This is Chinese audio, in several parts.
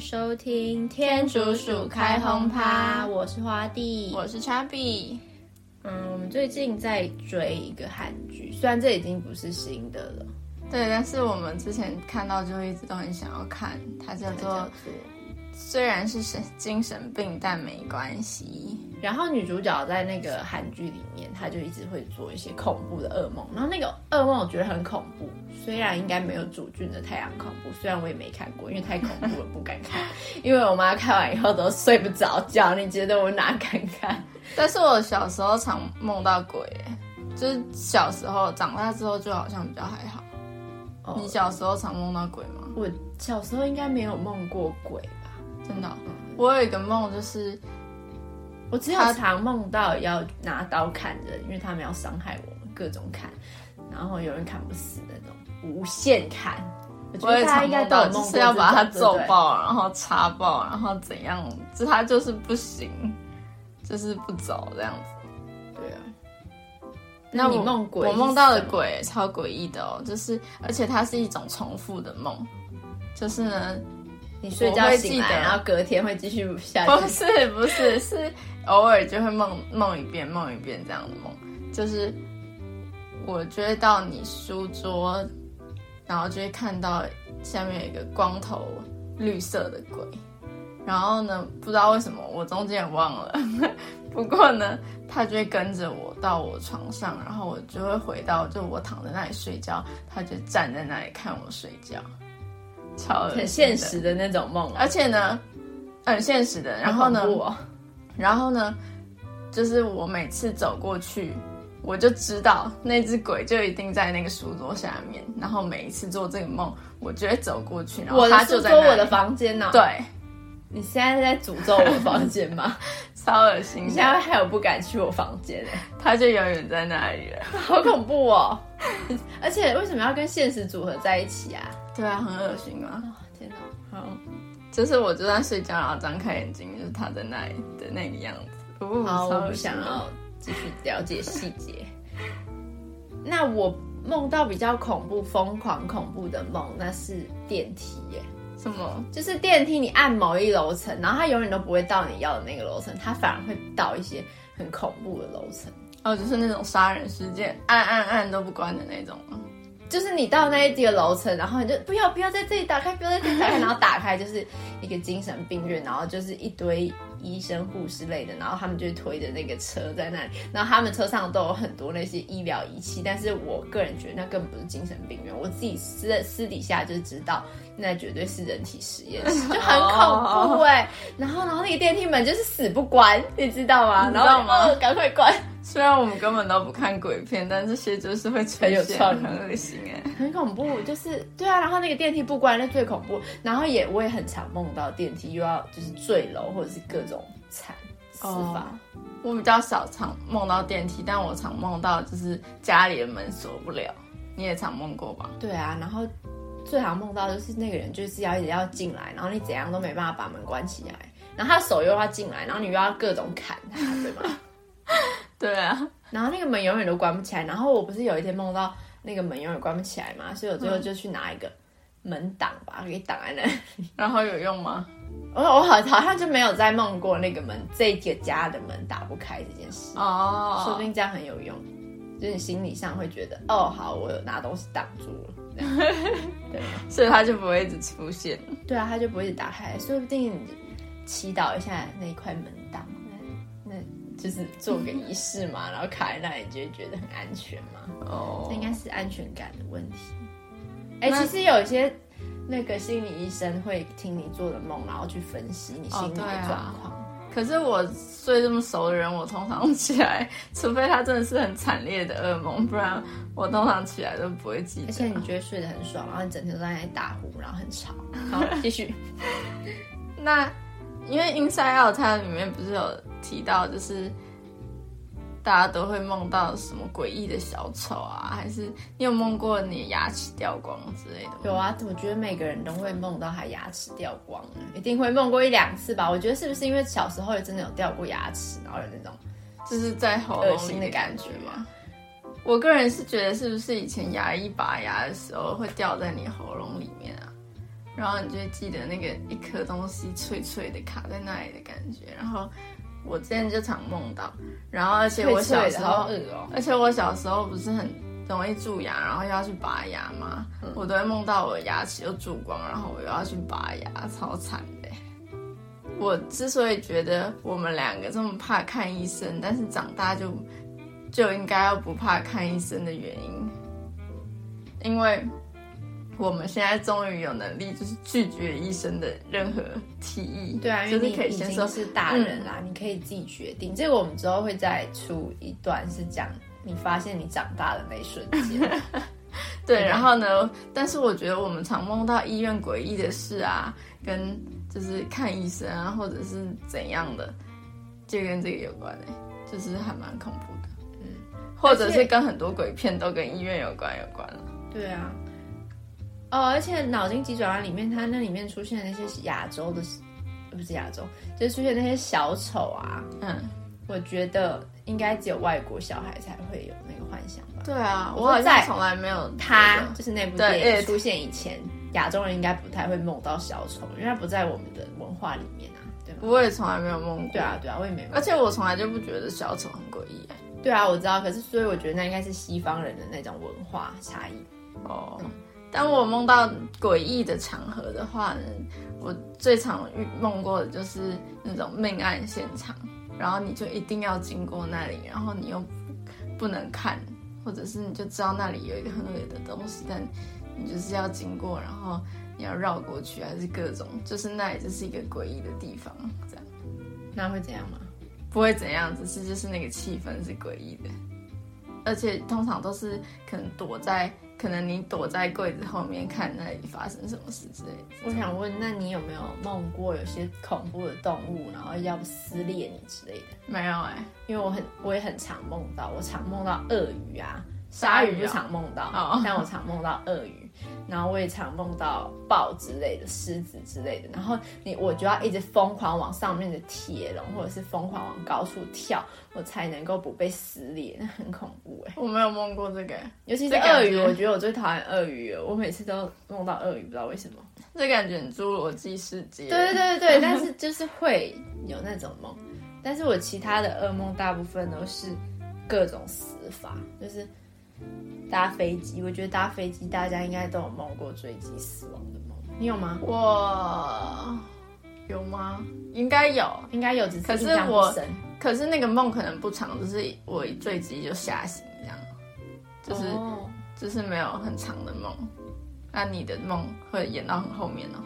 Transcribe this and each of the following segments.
收听《天竺鼠开轰趴》，我是花弟。我是 Chubby，嗯，我们最近在追一个韩剧，虽然这已经不是新的了，对，但是我们之前看到就一直都很想要看，它叫做虽然是神精神病但没关系，然后女主角在那个韩剧里面，她就一直会做一些恐怖的噩梦，然后那个噩梦我觉得很恐怖，虽然应该没有主君的太阳恐怖，虽然我也没看过，因为太恐怖了不敢看， 因为我妈看完以后都睡不着觉，你觉得我哪敢看？但是我小时候常梦到鬼耶，就是小时候，长大之后就好像比较还好。哦你小时候常梦到鬼吗？我小时候应该没有梦过鬼吧？真的哦、嗯我有一个梦，就是我只有常梦到要拿刀砍人，因为他们要伤害我们，各种砍，然后有人砍不死那种，无限砍。我觉我也得大家常应该梦都有到，梦就过是要把它这种揍。爆，然后插爆，然后怎样，就他就是不行，就是不走这样子。对不对对啊，那你我梦鬼我是梦到的什么鬼超诡异的哦，就是而且它是一种重复的梦，就是呢，你睡我觉会醒记得来，然后隔天会继续下不去。是不是是偶尔就会梦梦一遍梦一遍这样的梦，就是我就会到你书桌，然后就会看到下面有一个光头绿色的鬼，然后呢不知道为什么我中间也忘了， 不过呢他就会跟着我到我床上，然后我就会回到就我躺在那里睡觉，他就站在那里看我睡觉，超恶心的很现实的那种梦、啊而，且呢，很现实的。然后呢好，恐怖哦然后呢，就是我每次走过去，我就知道那只鬼就一定在那个书桌下面。然后每一次做这个梦，我就会走过去，然后我的他书就在桌，那里我的房间呢、，对，你现在是在诅咒我的房间 吗？嗯超恶心你现的。在害我不敢去我房间、欸他就永远在那里了。好恐怖哦！ 而且为什么要跟现实组合在一起啊？对啊，很恶心啊。哦天哪，好，就是我就在睡觉，然后张开眼睛，就是他在那里的那个样子。哦好，超我恶不心想的要继续了解细节。 那我梦到比较恐怖、疯狂恐怖的梦，那是电梯耶，什么？就是电梯你按某一楼层，然后它永远都不会到你要的那个楼层，它反而会到一些很恐怖的楼层。哦，就是那种杀人事件，按按按都不关的那种吗。就是你到那一几个楼层，然后你就不要不要在这里打开，不要在这里打开，然后打开就是一个精神病院，然后就是一堆医生护士类的，然后他们就推着那个车在那里，然后他们车上都有很多那些医疗仪器，但是我个人觉得那根本不是精神病院，我自己私私底下就知道那绝对是人体实验室， 就很恐怖哦哎、然后然后那个电梯门就是死不关，你知道吗？你知道吗然后我就哦 赶快关，虽然我们根本都不看鬼片，但这些就是会出现，很有创意很恶心哎、很恐怖，就是对啊，然后那个电梯不关，那最恐怖。然后也我也很常梦到电梯又要就是坠楼或者是各种惨死法。我比较少常梦到电梯，但我常梦到就是家里的门锁不了。你也常梦过吧？对啊，然后最常梦到就是那个人就是要一直要进来，然后你怎样都没办法把门关起来，然后他手又要进来，然后你又要各种砍他，对吗？对啊，然后那个门永远都关不起来。然后我不是有一天梦到那个门永远关不起来嘛，所以我最后就去拿一个门挡把它给挡在那里。然后有用吗？我我好好像就没有再梦过那个门，这个家的门打不开这件事，哦，说不定这样很有用，就是你心理上会觉得，哦，好，我有拿东西挡住了，这 样所以它就不会一直出现。对对啊，它就不会一直打开，说不定你祈祷一下那一块门挡，那那就是做个仪式嘛，然后卡在那里就会觉得很安全嘛，哦这应该是安全感的问题。哎、那其实有一些那个心理医生会听你做的梦，然后去分析你心理哦对的啊状况。可是我睡这么熟的人，我通常起来，除非他真的是很惨烈的噩梦，不然我通常起来都不会记而且得。你觉得睡得很爽，然后你整天都在那里打呼，然后很 吵。好，继续。那因为《Inside Out》它里面不是有提到，就是大家都会梦到什么诡异的小丑啊，还是你有梦过你的牙齿掉光之类的吗？有啊，我觉得每个人都会梦到他牙齿掉光了，一定会梦过一两次吧。我觉得是不是因为小时候也真的有掉过牙齿，然后有那种就是在喉恶咙心里的感感觉吗吗？？我个人是觉得，是不是以前牙医拔牙的时候会掉在你喉咙里面啊？然后你就会记得那个一颗东西脆脆的卡在那里的感觉。然后我之前就常梦到，然后而且我小时候，脆脆的好恶哦、而且我小时候不是很容易蛀牙，然后又要去拔牙嘛，嗯我都会梦到我的牙齿又蛀光，然后我又要去拔牙，超惨的。欸我之所以觉得我们两个这么怕看医生，但是长大就就应该要不怕看医生的原因，因为我们现在终于有能力就是拒绝医生的任何提议，对啊，因就为是你可以已先经说是大人啦，你可以自己决定。这个我们之后会再出一段，是讲你发现你长大的那一瞬 间。对，对然后呢？但是我觉得我们常梦到医院诡异的事啊，跟就是看医生啊，或者是怎样的，就跟这个有关诶、就是还蛮恐怖的。嗯，或者而是且跟很多鬼片都跟医院有关有关了。对啊，哦，而且《脑筋急转弯》里面，它那里面出现那些亚洲的，呃不是亚洲，就是出现那些小丑啊，嗯，我觉得应该只有外国小孩才会有那个幻想吧。对啊，我说好像在从来没有他觉得就是那部对电影 it 出现以前，亚洲人应该不太会梦到小丑，因为它不在我们的文化里面啊，对吗？我也从来没有梦过。对啊，，对啊，我也没梦过。而且我从来就不觉得小丑很诡异、欸。对啊，我知道，可是所以我觉得那应该是西方人的那种文化差异。哦，当我梦到诡异的场合的话呢，我最常遇梦过的就是那种命案现场，然后你就一定要经过那里，然后你又不不能看，或者是你就知道那里有一个很恶的东西，但你就是要经过，然后你要绕过去，还是各种，就是那里就是一个诡异的地方，这样那会怎样吗？不会怎样，只是就是那个气氛是诡异的。而且通常都是可能躲在，可能你躲在柜子后面看那里发生什么事之类的。我想问，那你有没有梦过有些恐怖的动物，然后要撕裂你之类的？没有哎、因为我很我也很常梦到，我常梦到鳄鱼啊，鲨鲨鱼啊鱼不常梦到，哦但我常梦到鳄鱼，然后我也常梦到豹之类的、狮子之类的，然后你我就要一直疯狂往上面的铁笼或者是疯狂往高处跳，我才能够不被撕裂，那很恐怖哎、我没有梦过这个、欸，尤其是这感鳄觉鱼，我觉得我最讨厌鳄鱼了，我每次都梦到鳄鱼，不知道为什么。这感觉很侏罗纪世界。对对对对对，但是就是会有那种梦，但是我其他的噩梦大部分都是各种死法，就是搭飞机。我觉得搭飞机大家应该都有梦过坠机死亡的梦，你有吗？我有吗？应该有，应该有，只是可是印象不我深。可是那个梦可能不长，就是我一坠机就吓醒这样，就是、哦就是没有很长的梦。那你的梦会演到很后面哦？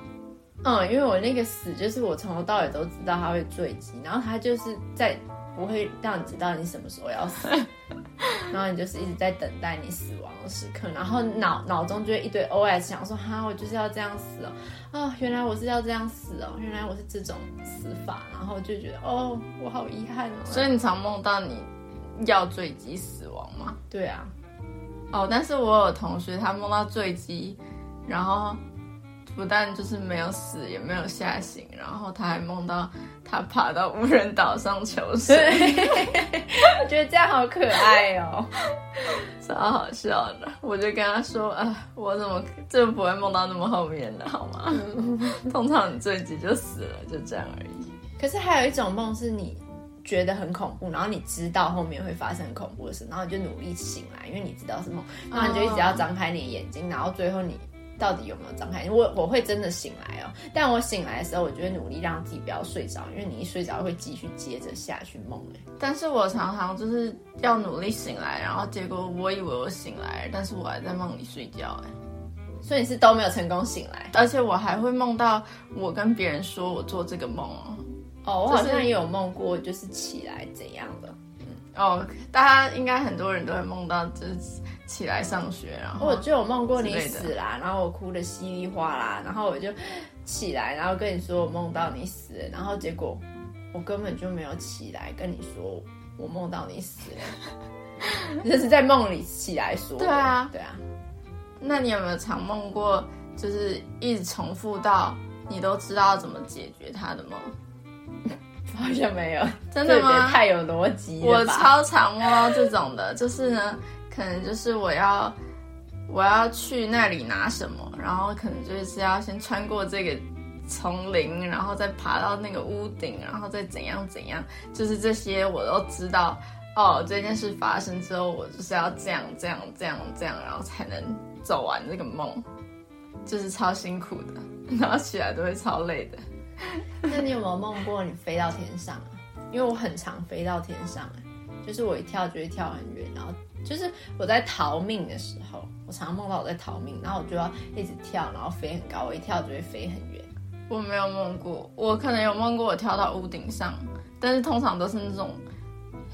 嗯，因为我那个死就是我从头到尾都知道他会坠机，然后他就是在不会让你知道你什么时候要 死，然后你就是一直在等待你死亡的时刻，然后脑脑中就会一堆 OS 想说哈，我就是要这样死哦，啊、原来我是要这样死哦，原来我是这种死法，然后就觉得哦，我好遗憾哦。所以你常梦到你要坠机死亡吗？对啊，哦，但是我有同学他梦到坠机，然后不但就是没有死，也没有吓醒，然后他还梦到他爬到无人岛上求生，我觉得这样好可爱哦。超好笑的。我就跟他说：“啊、我怎么就不会梦到那么后面的好吗？ 通常你坠机就死了，就这样而已。可是还有一种梦是你觉得很恐怖，然后你知道后面会发生很恐怖的事，然后你就努力醒来，因为你知道哦是梦，然后你就一直要张开你的眼睛，然后最后你。到底有没有张开？我我会真的醒来哦，但我醒来的时候，我就会努力让自己不要睡着，因为你一睡着会继续接着下去梦。哎，但是我常常就是要努力醒来，然后结果我以为我醒来了，但是我还在梦里睡觉、哎。所以你是都没有成功醒来而且我还会梦到我跟别人说我做这个梦哦。哦。我好就是像也有梦过，就是起来怎样的。哦，大家应该很多人都会梦到，就是起来上学，然后我就有梦过之你类的死啦，然后我哭的稀里哗啦，然后我就起来，然后跟你说我梦到你死了，然后结果我根本就没有起来跟你说我梦到你死了， 这是在梦里起来说的。对啊对啊，那你有没有常梦过，就是一直重复到你都知道怎么解决它的梦？好像没有，真的这也吗？太有逻辑我了吧？超常梦到这种的，就是呢，可能就是我要我要去那里拿什么，然后可能就是要先穿过这个丛林，然后再爬到那个屋顶，然后再怎样怎样，就是这些我都知道。哦，这件事发生之后，我就是要这样这样这样这样，然后才能走完这个梦，就是超辛苦的， 然后起来都会超累的。 那你有没有梦过你飞到天上啊？因为我很常飞到天上、啊，就是我一跳就会跳很远，然后就是我在逃命的时候，我常梦到我在逃命，然后我就要一直跳，然后飞很高，我一跳就会飞很远。我没有梦过，我可能有梦过我跳到屋顶上，但是通常都是那种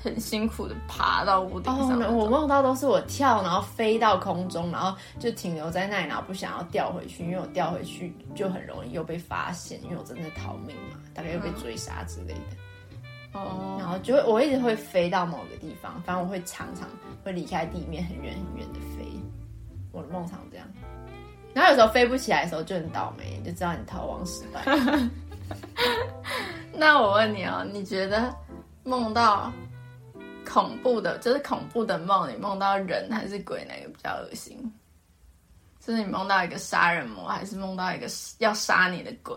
很辛苦的爬到屋顶哦上那，种。我梦到都是我跳，然后飞到空中，然后就停留在那里，然后不想要掉回去，因为我掉回去就很容易又被发现，因为我真的逃命嘛，大概又被追杀之类的。哦，然后就会我一直会飞到某个地方，反正我会常常会离开地面很远很远的飞。我的梦常这样，然后有时候飞不起来的时候就很倒霉，你就知道你逃亡失败。那我问你哦，你觉得梦到恐怖的，就是恐怖的梦，你梦到人还是鬼，哪个比较恶心？就是你梦到一个杀人魔，还是梦到一个要杀你的鬼？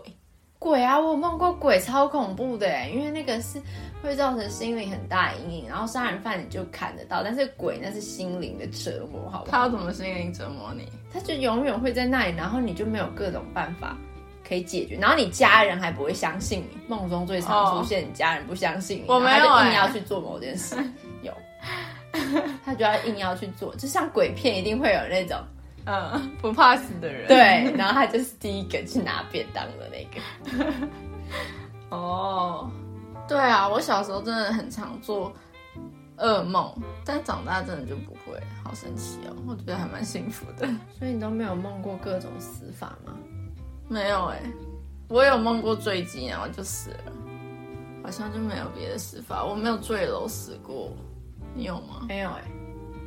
鬼啊，我有梦过鬼，超恐怖的欸，因为那个是会造成心灵很大阴影，然后杀人犯你就砍得到，但是鬼那是心灵的折磨，好不他好？要怎么心灵折磨你？他就永远会在那里，然后你就没有各种办法可以解决，然后你家人还不会相信你，梦中最常出现你家人不相信你，我没有然后他就欸硬要去做某件事，有，他就要硬要去做，就像鬼片一定会有那种嗯，不怕死的人。对，然后他就是第一个去拿便当的那个。哦，对啊，我小时候真的很常做噩梦，但长大真的就不会，好神奇哦！我觉得还蛮幸福的。所以你都没有梦过各种死法吗？ 没有哎、我有梦过坠机，然后就死了，好像就没有别的死法。我没有坠楼死过，你有吗？没有哎、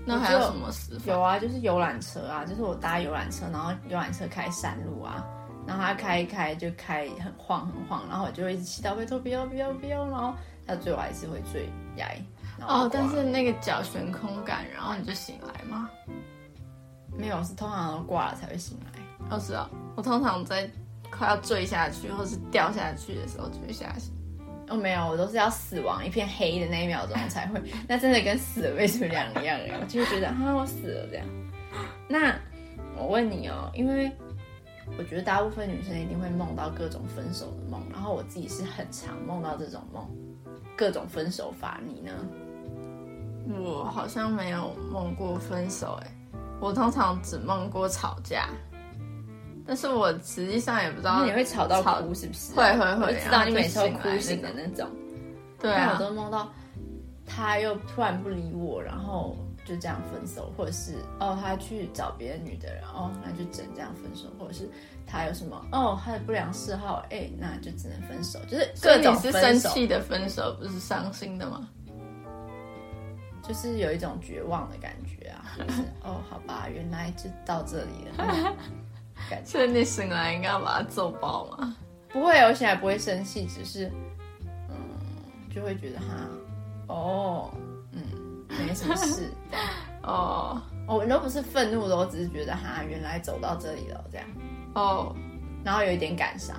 那还有什么死法？有啊，就是游览车啊，就是我搭游览车，然后游览车开山路啊，然后它开一开就开很晃很晃，然后我就会一直祈祷拜托不要不要不要，然后它最后还是会坠崖。然后挂哦，但了是那个脚悬空感，然后你就醒来吗？没有是通常都挂了才会醒来。哦，是啊，我通常在快要坠下去或是掉下去的时候就会吓醒。哦，没有，我都是要死亡一片黑的那一秒钟才 会，那真的跟死了没什么两样哎，我就会觉得啊，我死了这样。那我问你哦，因为我觉得大部分女生一定会梦到各种分手的梦，然后我自己是很常梦到这种梦，各种分手法，你呢？我好像没有梦过分手、欸，我通常只梦过吵架，但是我实际上也不知道那你会吵到吵哭是不是？会会会我就啊知道你每次都然后哭就醒醒来的那种。对但啊我，都梦到他又突然不理我，然后就这样分手，或者是哦他去找别的女的，然后那就只能这样分手，或者是他有什么哦他的不良嗜好，哎那就只能分手，就是所以各种你是分生手，气的分手，不是伤心的吗？就是有一种绝望的感觉 啊，就是哦好吧，原来就到这里了。嗯感觉所以你醒来应该要把它揍爆吗？不会，我现在不会生气，只是嗯就会觉得哈哦嗯没什么事。哦哦，我都不是愤怒的，我只是觉得哈，原来走到这里了这样，哦，然后有一点感伤。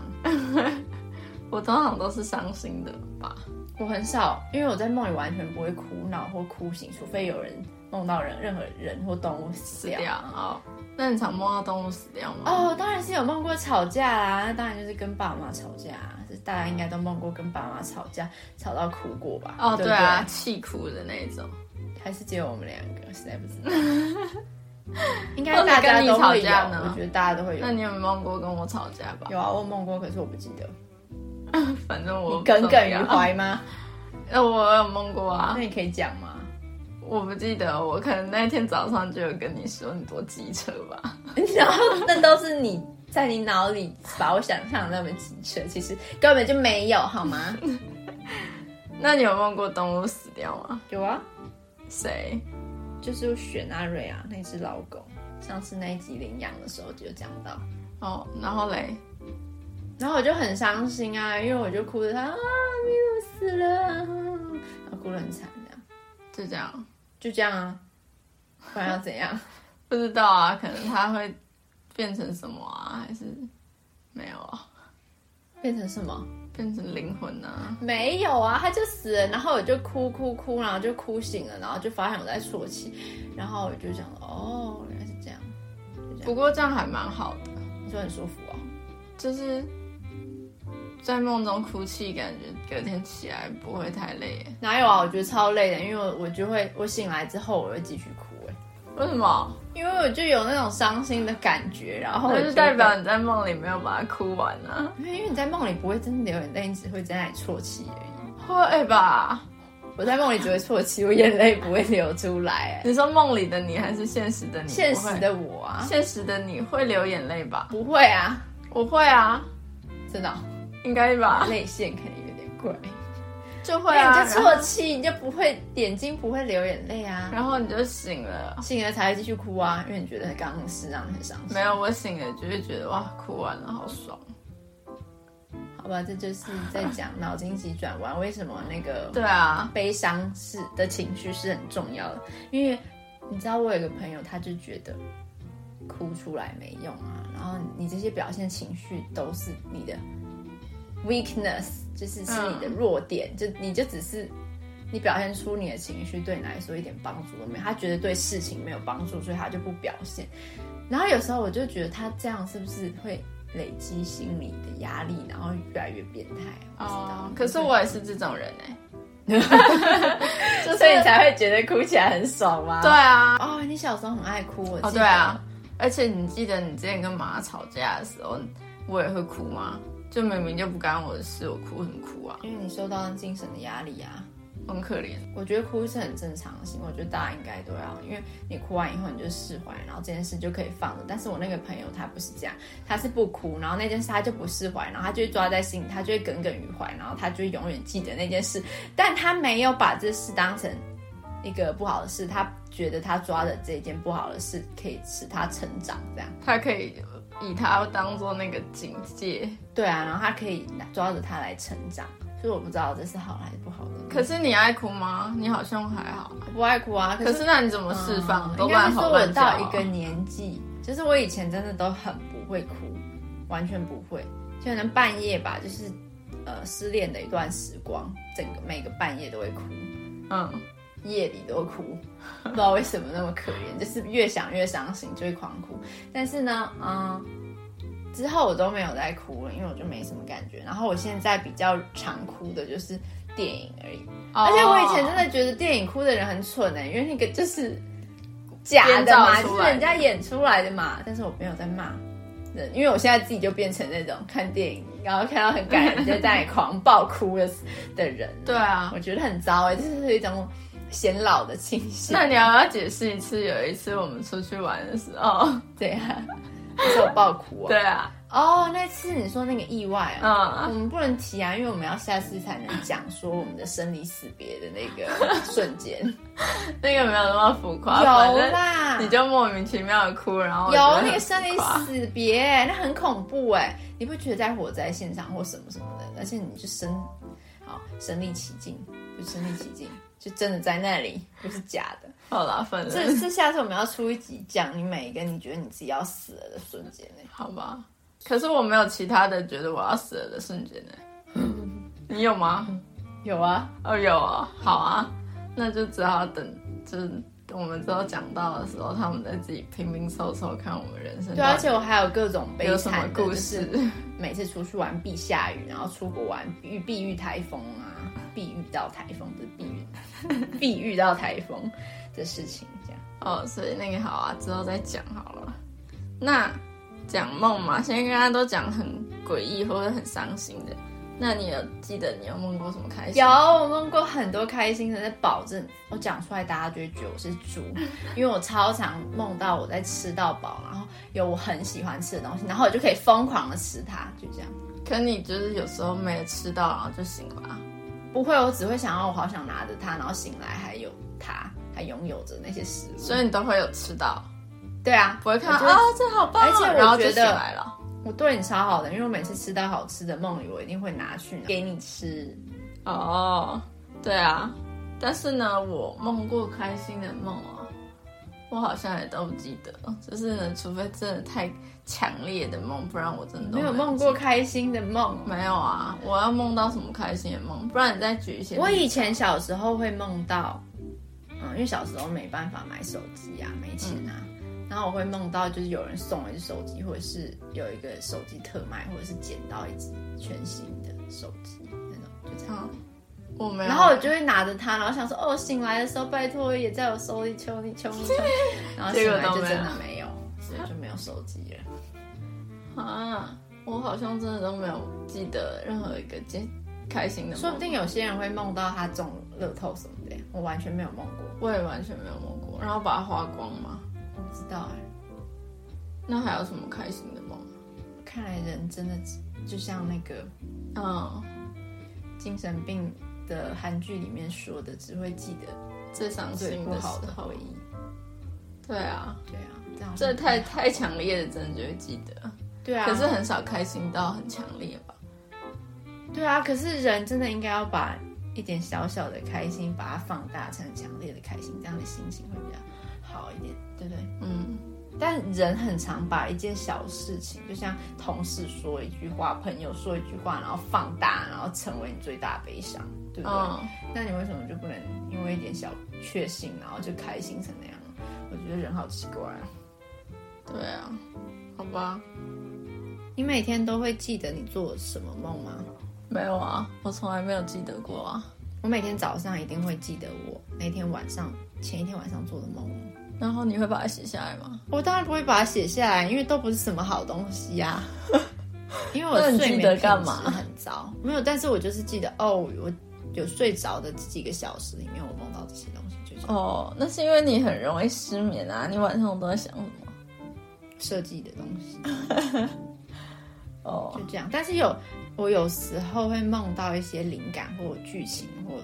我通常都是伤心的吧？我很少，因为我在梦里完全不会哭闹或哭醒，除非有人梦到人任何人或动物死死掉。掉哦，那你常梦到动物死掉吗？哦，当然是有梦过吵架啦，那当然就是跟爸妈吵架啊，是大家应该都梦过跟爸妈吵架，吵到哭过吧？哦，对对不啊，气哭的那种。还是只有我们两个，实在不知道。 应该或者大家跟你都吵会有，架呢我觉得大家都会有那。你有没有梦过跟我吵架吧？有啊，我有梦过，可是我不记得。反正我耿不耿重于要。怀 吗？那呃我有梦过啊那，你可以讲吗？我不记得，我可能那天早上就有跟你说你多机车吧。 然后那都是你在你脑里把我想象的那么机车，其实根本就没有，好吗？那你有梦过动物死掉吗？有啊，谁？就是雪纳瑞啊，那只老狗，上次那一集领养的时候就有讲到，哦，然后嘞，然后我就很伤心啊，因为我就哭着它啊，米鲁死了啊，然后哭得很惨，这样就这样。就这样啊，不然要怎样？不知道啊，可能他会变成什么啊？还是没有啊？变成什么？变成灵魂啊？没有啊，他就死了，然后我就哭哭哭，然后就哭醒了，然后就发现我在啜泣，然后我就想说，哦，原来是这样，不过这样还蛮好的，你说很舒服哦。就是在梦中哭泣，感觉隔天起来不会太累耶。哪有啊？我觉得超累的，因为我我就会，我醒来之后我会继续哭、哎，为什么？因为我就有那种伤心的感觉，然后我那会就代表你在梦里没有把它哭完啊？因为因为你在梦里不会真的流眼泪，你只会在那里啜泣而已。会吧？我在梦里只会啜泣，我眼泪不会流出来、 哎你说梦里的你还是现实的你？现实的我啊，现实的你会流眼泪吧？不会啊，我会啊，真的哦、应该吧？泪腺可能有点怪。就会对啊，啊，你就然后啜泣，你就不会眼睛不会流眼泪啊，然后你就醒了。醒了才会继续哭啊，因为你觉得刚刚是让你很伤心。没有，我醒了就会觉得哇，哭完了好爽。好吧，这就是在讲脑筋急转弯，为什么那个对啊，悲伤是的情绪是很重要的，因为你知道我有一个朋友，他就觉得哭出来没用啊，然后你这些表现情绪都是你的 weakness，就是是你的弱点，就你就只是你表现出你的情绪，对你来说一点帮助都没有。他觉得对事情没有帮助，所以他就不表现。然后有时候我就觉得他这样是不是会累积心理的压力，然后越来越变态啊？我不知道啊哦，可是我也是这种人哎、就 所以你才会觉得哭起来很爽吗？对啊，哦，你小时候很爱哭，我记得哦对啊，，而且你记得你之前跟妈吵架的时候，我也会哭吗？就明明就不干我的事，我哭很哭啊，因为你受到精神的压力啊。很可怜。我觉得哭是很正常的行为，我觉得大家应该都要，因为你哭完以后你就释怀，然后这件事就可以放着。但是我那个朋友他不是这样，他是不哭，然后那件事他就不释怀，然后他就会抓在心里，他就会耿耿于怀，然后他就永远记得那件事，但他没有把这事当成一个不好的事，他觉得他抓的这件不好的事可以使他成长，这样。他可以以他当做那个警戒，对啊，然后他可以抓着它来成长，所以我不知道这是好还是不好的。可是你爱哭吗？你好像还好。我不爱哭啊，可是是那你怎么释放？都嗯应该乱是说吼我乱叫啊到一个年纪，就是我以前真的都很不会哭，完全不会，就可能半夜吧，就是呃失恋的一段时光，整个每个半夜都会哭，嗯，夜里都哭，不知道为什么那么可怜， 就是越想越伤心，就会狂哭。但是呢，嗯，之后我都没有再哭了，因为我就没什么感觉。然后我现在比较常哭的就是电影而已，哦而且我以前真的的觉得电影哭的人很蠢呢、欸因为那个就是假编的造嘛，出就是来的人家演出来的嘛。但是我没有在骂人，因为我现在自己就变成那种看电影，然后看到很感人就在那里狂暴哭的的人。对啊我。觉得很糟哎、这是一种显老的倾向。那你要不要解释一次？有一次我们出去玩的时候，对啊，你是我爆哭啊对？啊，哦，那次你说那个意外啊。我嗯，们不能提啊，因为我们要下次才能讲说我们的生离死别的那 个瞬间。那个没有那么浮夸，反有正啦，你就莫名其妙的哭，然后我有觉得很那个生离浮夸死别、那很恐怖哎、你不觉得在火灾现场或什么什么的，而且你就身好身临其境，就身临其境，就真的在那里，不是假的。好啦，反 这正这下次我们要出一集讲你每一个你觉得你自己要死了的瞬间呢、好吧。可是我没有其他的觉得我要死了的瞬间呢、嗯 你有吗？有啊，哦，有啊，好啊，那就只好等，就是我们之后讲到的时候，他们再自己拼拼凑凑看我们人生对，啊到而底且我还有各种悲有什么惨的故就是事。每次出去玩必下雨，然后出国玩遇必遇台风 啊，必遇到台风不是必遇，必遇到台风的事情，这 样 哦，所以那个好啊，之后再讲好了。那讲梦嘛，现在跟大家都讲很诡异或者很伤心的。那你有记得你有梦过什么开心？有，啊我梦过很多开心的，在保证我讲出来，大家就会觉得我是猪， 因为我超常梦到我在吃到饱，然后有我很喜欢吃的东西，然后我就可以疯狂的吃它，就这样。可你就是有时候没有吃到，然后就醒了、啊。不会，我只会想要我好想拿着它，然后醒来还有它，还拥有着那些食物。所以你都会有吃到，对啊，不会看我到觉得啊，这好棒、啊，而且我然后就觉醒得来了。我对你超好的，因为我每次吃到好吃的梦里，我一定会拿去给你吃。哦，对啊，但是呢，我梦过开心的梦哦，我好像也都不记得，就是呢，除非真的太强烈的梦，不然我真的都没有记梦过，开心的梦。没有啊，我要梦到什么开心的梦，不然你再举一些例子。我以前小时候会梦到，嗯，因为小时候没办法买手机啊，没钱啊，嗯然后我会梦到就是有人送我一只手机，或者是有一个手机特卖，或者是捡到一只全新的手机那种，就这样。啊，我没有，然后我就会拿着它，然后想说，哦，醒来的时候拜托也在我手里，求你，求你，求你。 然后醒来就真的没有，所以就没有手机了。啊，我好像真的都没有记得任何一个开开心的梦，说不定有些人会梦到他中乐透什么的，我完全没有梦过，我也完全没有梦过，然后把它花光嘛。我不知道哎、那还有什么开心的梦？看来人真的就像那个嗯，精神病的韩剧里面说的，只会记得最伤最心不的时好的候回。忆。对啊，对啊，这样这太太强烈的，真的就会记得。对啊，可是很少开心到很强烈吧？对啊，可是人真的应该要把一点小小的开心，把它放大成强烈的开心，这样的心情会比较好一点，对不对？嗯，但人很常把一件小事情，就像同事说一句话、朋友说一句话，然后放大，然后成为你最大的悲伤，对不对？嗯，那你为什么就不能因为一点小确幸，然后就开心成那样？我觉得人好奇怪、啊。对啊，好吧，你每天都会记得你做什么梦吗？没有啊，我从来没有记得过啊。我每天早上一定会记得我那天晚上前一天晚上做的梦。然后你会把它写下来吗？我当然不会把它写下来，因为都不是什么好东西 呀、因为我那你睡眠记得品质干嘛很糟，没有，但是我就是记得哦，我有睡着的几个小时里面，我梦到这些东西，就这样哦，那是因为你很容易失眠啊，你晚上都在想什么？设计的东西，哦就，这样。但是有我有时候会梦到一些灵感或剧情或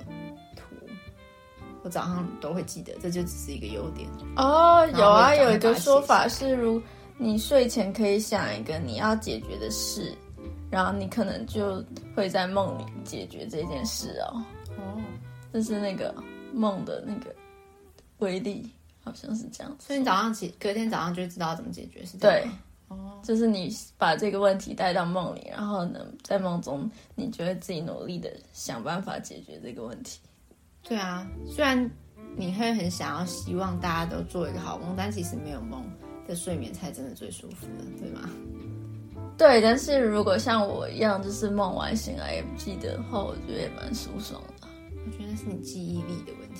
图，我早上都会记得，这就只是一个优点。哦，有啊，然后我赶快有一个说把法它是，如你睡前可以想一个你要解决的事，然后你可能就会在梦里解决这件事哦。哦，这是那个梦的那个威力，好像是这样子。所以你早上起，隔天早上就会知道怎么解决，是这样对吗？，哦，就是你把这个问题带到梦里，然后呢，在梦中你就会自己努力的想办法解决这个问题。对啊，虽然你会很想要希望大家都做一个好梦，但其实没有梦的睡眠才真的最舒服的，对吗？对，但是如果像我一样，就是梦完醒来也不记得的话，我觉得也蛮舒爽的。我觉得是你记忆力的问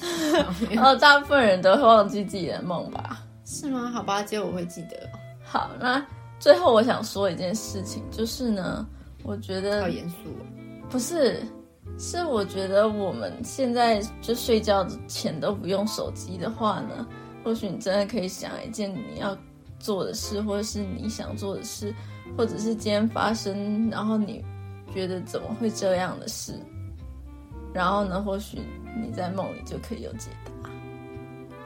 题， 然后哦大部分人都会忘记自己的梦吧。是吗？好吧，只有我会记得，好，那最后我想说一件事情，就是呢，我觉得好严肃哦。不是，是我觉得我们现在就睡觉前都不用手机的话呢，或许你真的可以想一件你要做的事，或者是你想做的事，或者是今天发生，然后你觉得怎么会这样的事，然后呢，或许你在梦里就可以有解答。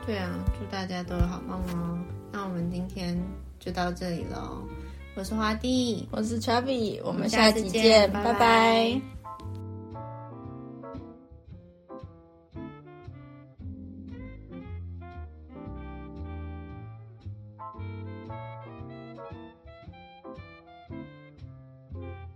对啊，祝大家都有好梦哦。那我们今天就到这里喽，我是花弟，我是 Chubby，我我们下次集见，见，拜拜拜